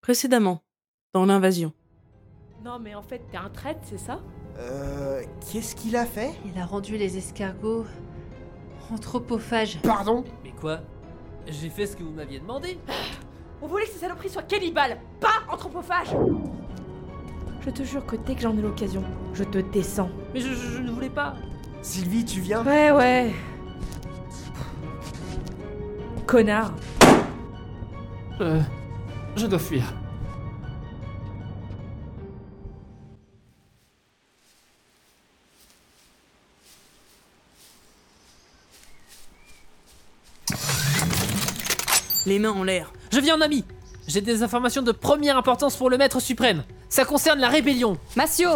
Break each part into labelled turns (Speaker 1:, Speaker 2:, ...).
Speaker 1: Précédemment, dans l'invasion.
Speaker 2: Non, mais en fait, t'es un traître, c'est ça
Speaker 3: Euh. Qu'est-ce qu'il a fait
Speaker 4: Il a rendu les escargots anthropophages.
Speaker 3: Pardon
Speaker 5: Mais quoi J'ai fait ce que vous m'aviez demandé
Speaker 2: On voulait que ces saloperies soient cannibales, pas anthropophages Je te jure que dès que j'en ai l'occasion, je te descends.
Speaker 5: Mais je, je- je ne voulais pas
Speaker 3: Sylvie, tu viens
Speaker 2: Ouais, ouais. Connard.
Speaker 5: Euh. Je dois fuir.
Speaker 1: Les mains en l'air.
Speaker 5: Je viens en ami J'ai des informations de première importance pour le maître suprême. Ça concerne la rébellion.
Speaker 6: Massio,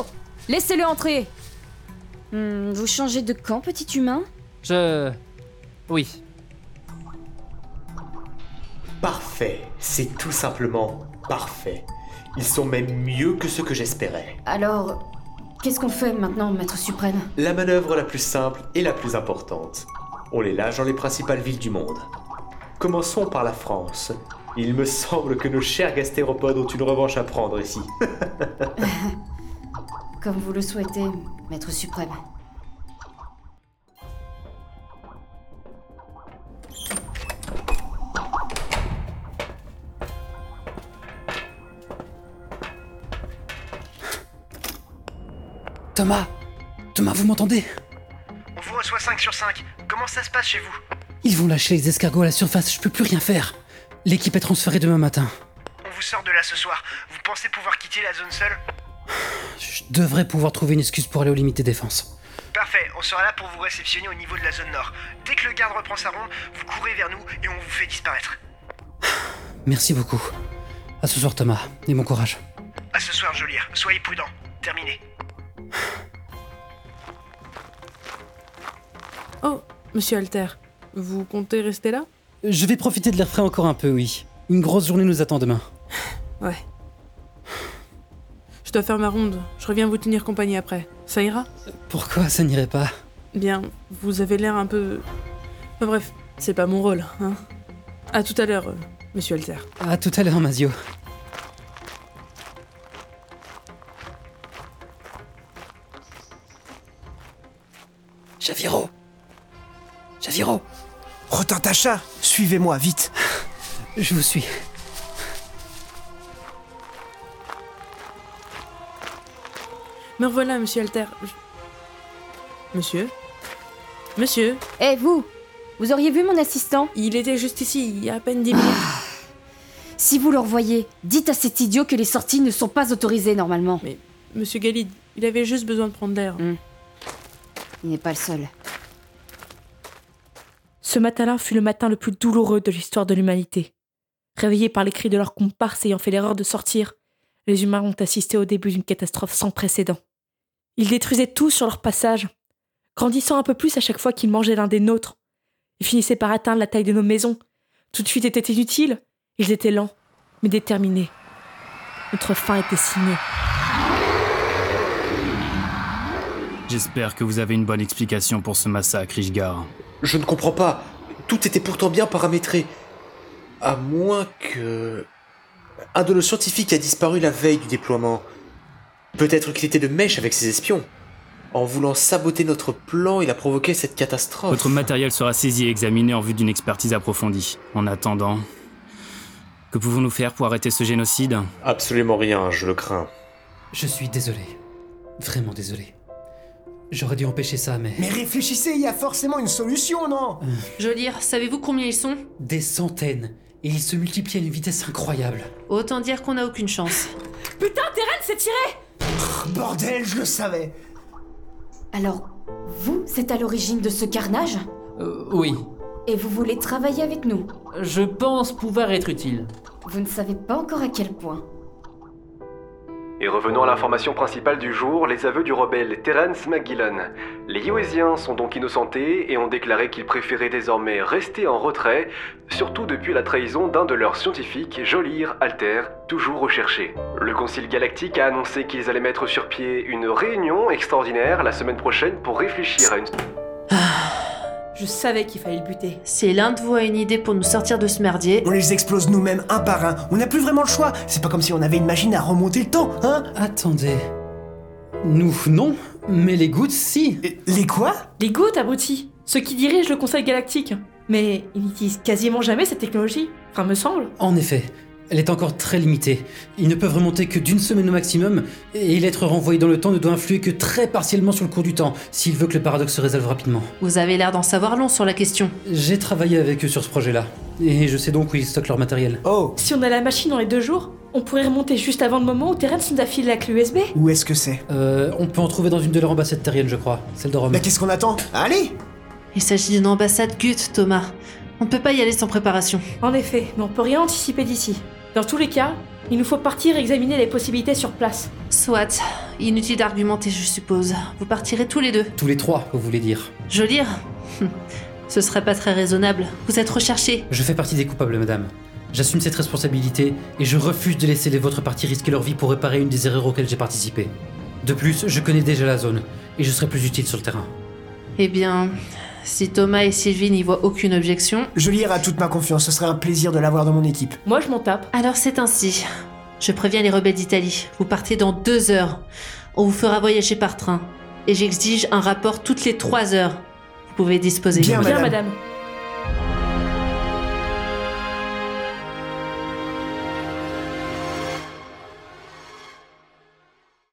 Speaker 6: laissez-le entrer Hmm, Vous changez de camp, petit humain
Speaker 5: Je. Oui.
Speaker 7: Parfait, c'est tout simplement parfait. Ils sont même mieux que ce que j'espérais.
Speaker 6: Alors, qu'est-ce qu'on fait maintenant, maître suprême
Speaker 7: La manœuvre la plus simple et la plus importante. On les lâche dans les principales villes du monde. Commençons par la France. Il me semble que nos chers gastéropodes ont une revanche à prendre ici.
Speaker 6: Comme vous le souhaitez, maître suprême.
Speaker 8: Thomas Thomas, vous m'entendez
Speaker 9: On vous reçoit 5 sur 5. Comment ça se passe chez vous
Speaker 8: Ils vont lâcher les escargots à la surface, je peux plus rien faire. L'équipe est transférée demain matin.
Speaker 9: On vous sort de là ce soir. Vous pensez pouvoir quitter la zone seule
Speaker 8: Je devrais pouvoir trouver une excuse pour aller aux limites des défenses.
Speaker 9: Parfait, on sera là pour vous réceptionner au niveau de la zone nord. Dès que le garde reprend sa ronde, vous courez vers nous et on vous fait disparaître.
Speaker 8: Merci beaucoup. À ce soir Thomas, et bon courage.
Speaker 9: À ce soir, Jolire. Soyez prudent. Terminé.
Speaker 1: Oh, monsieur Alter, vous comptez rester là
Speaker 8: Je vais profiter de l'air frais encore un peu, oui. Une grosse journée nous attend demain.
Speaker 1: Ouais. Je dois faire ma ronde. Je reviens vous tenir compagnie après. Ça ira
Speaker 8: Pourquoi ça n'irait pas
Speaker 1: Bien, vous avez l'air un peu. Enfin bref, c'est pas mon rôle, hein. À tout à l'heure, euh, monsieur Alter.
Speaker 8: À tout à l'heure, Mazio. Javiro Javiro
Speaker 3: Retintacha Suivez-moi, vite
Speaker 8: Je vous suis.
Speaker 1: Me revoilà, monsieur Alter. Je- Monsieur Monsieur
Speaker 6: Eh vous Vous auriez vu mon assistant
Speaker 1: Il était juste ici, il y a à peine 10 minutes.
Speaker 6: Si vous le revoyez, dites à cet idiot que les sorties ne sont pas autorisées normalement.
Speaker 1: Monsieur Galide, il avait juste besoin de prendre l'air.
Speaker 6: Il n'est pas le seul.
Speaker 2: Ce matin-là fut le matin le plus douloureux de l'histoire de l'humanité. Réveillés par les cris de leurs comparses ayant fait l'erreur de sortir, les humains ont assisté au début d'une catastrophe sans précédent. Ils détruisaient tout sur leur passage, grandissant un peu plus à chaque fois qu'ils mangeaient l'un des nôtres. Ils finissaient par atteindre la taille de nos maisons. Toute fuite était inutile. Ils étaient lents, mais déterminés. Notre fin était signée.
Speaker 10: J'espère que vous avez une bonne explication pour ce massacre, Ishgar.
Speaker 7: Je ne comprends pas. Tout était pourtant bien paramétré. À moins que... Un de nos scientifiques a disparu la veille du déploiement. Peut-être qu'il était de mèche avec ses espions. En voulant saboter notre plan, il a provoqué cette catastrophe.
Speaker 10: Votre matériel sera saisi et examiné en vue d'une expertise approfondie. En attendant, que pouvons-nous faire pour arrêter ce génocide
Speaker 7: Absolument rien, je le crains.
Speaker 8: Je suis désolé. Vraiment désolé. J'aurais dû empêcher ça, mais...
Speaker 3: Mais réfléchissez, il y a forcément une solution, non
Speaker 4: Jolire, savez-vous combien ils sont
Speaker 8: Des centaines. Et ils se multiplient à une vitesse incroyable.
Speaker 4: Autant dire qu'on n'a aucune chance.
Speaker 2: Putain, Terence s'est tiré
Speaker 3: Bordel, je le savais
Speaker 6: Alors, vous êtes à l'origine de ce carnage
Speaker 5: Euh, oui.
Speaker 6: Et vous voulez travailler avec nous
Speaker 5: Je pense pouvoir être utile.
Speaker 6: Vous ne savez pas encore à quel point.
Speaker 11: Et revenons à l'information principale du jour, les aveux du rebelle Terence McGillan. Les Ioésiens sont donc innocentés et ont déclaré qu'ils préféraient désormais rester en retrait, surtout depuis la trahison d'un de leurs scientifiques, Jolir Alter, toujours recherché. Le Concile galactique a annoncé qu'ils allaient mettre sur pied une réunion extraordinaire la semaine prochaine pour réfléchir à une...
Speaker 2: Je savais qu'il fallait le buter.
Speaker 4: Si l'un de vous a une idée pour nous sortir de ce merdier,
Speaker 3: On les explose nous-mêmes un par un. On n'a plus vraiment le choix. C'est pas comme si on avait une machine à remonter le temps, hein
Speaker 8: Attendez. Nous, non, mais les gouttes, si.
Speaker 3: Les quoi
Speaker 2: Les gouttes, abruti Ceux qui dirigent le Conseil Galactique. Mais ils n'utilisent quasiment jamais cette technologie. Enfin, me semble.
Speaker 8: En effet, elle est encore très limitée. Ils ne peuvent remonter que d'une semaine au maximum, et l'être renvoyé dans le temps ne doit influer que très partiellement sur le cours du temps, s'il veut que le paradoxe se résolve rapidement.
Speaker 4: vous avez l'air d'en savoir long sur la question.
Speaker 8: J'ai travaillé avec eux sur ce projet-là, et je sais donc où ils stockent leur matériel.
Speaker 3: Oh
Speaker 2: Si on a la machine dans les deux jours, on pourrait remonter juste avant le moment où Terence nous a filé la clé USB.
Speaker 3: Où est-ce que c'est
Speaker 8: Euh, on peut en trouver dans une de leurs ambassades terriennes, je crois, celle de Rome.
Speaker 3: Bah qu'est-ce qu'on attend Allez
Speaker 4: Il s'agit d'une ambassade GUT, Thomas. On ne peut pas y aller sans préparation.
Speaker 2: En effet, mais on peut rien anticiper d'ici. Dans tous les cas, il nous faut partir examiner les possibilités sur place.
Speaker 4: Soit. Inutile d'argumenter, je suppose. Vous partirez tous les deux.
Speaker 8: Tous les trois, vous voulez dire.
Speaker 4: Je lire Hum, Ce serait pas très raisonnable. Vous êtes recherché.
Speaker 8: Je fais partie des coupables, madame. J'assume cette responsabilité et je refuse de laisser les vôtres partis risquer leur vie pour réparer une des erreurs auxquelles j'ai participé. De plus, je connais déjà la zone et je serai plus utile sur le terrain.
Speaker 4: Eh bien, si Thomas et Sylvie n'y voient aucune objection,
Speaker 3: Je lirai à toute ma confiance. Ce serait un plaisir de l'avoir dans mon équipe.
Speaker 2: Moi, je m'en tape.
Speaker 4: alors c'est ainsi. Je préviens les rebelles d'Italie. Vous partez dans deux heures. On vous fera voyager par train. Et j'exige un rapport toutes les trois heures. Vous pouvez disposer.
Speaker 3: Bien,
Speaker 2: Bien,
Speaker 3: madame.
Speaker 2: madame.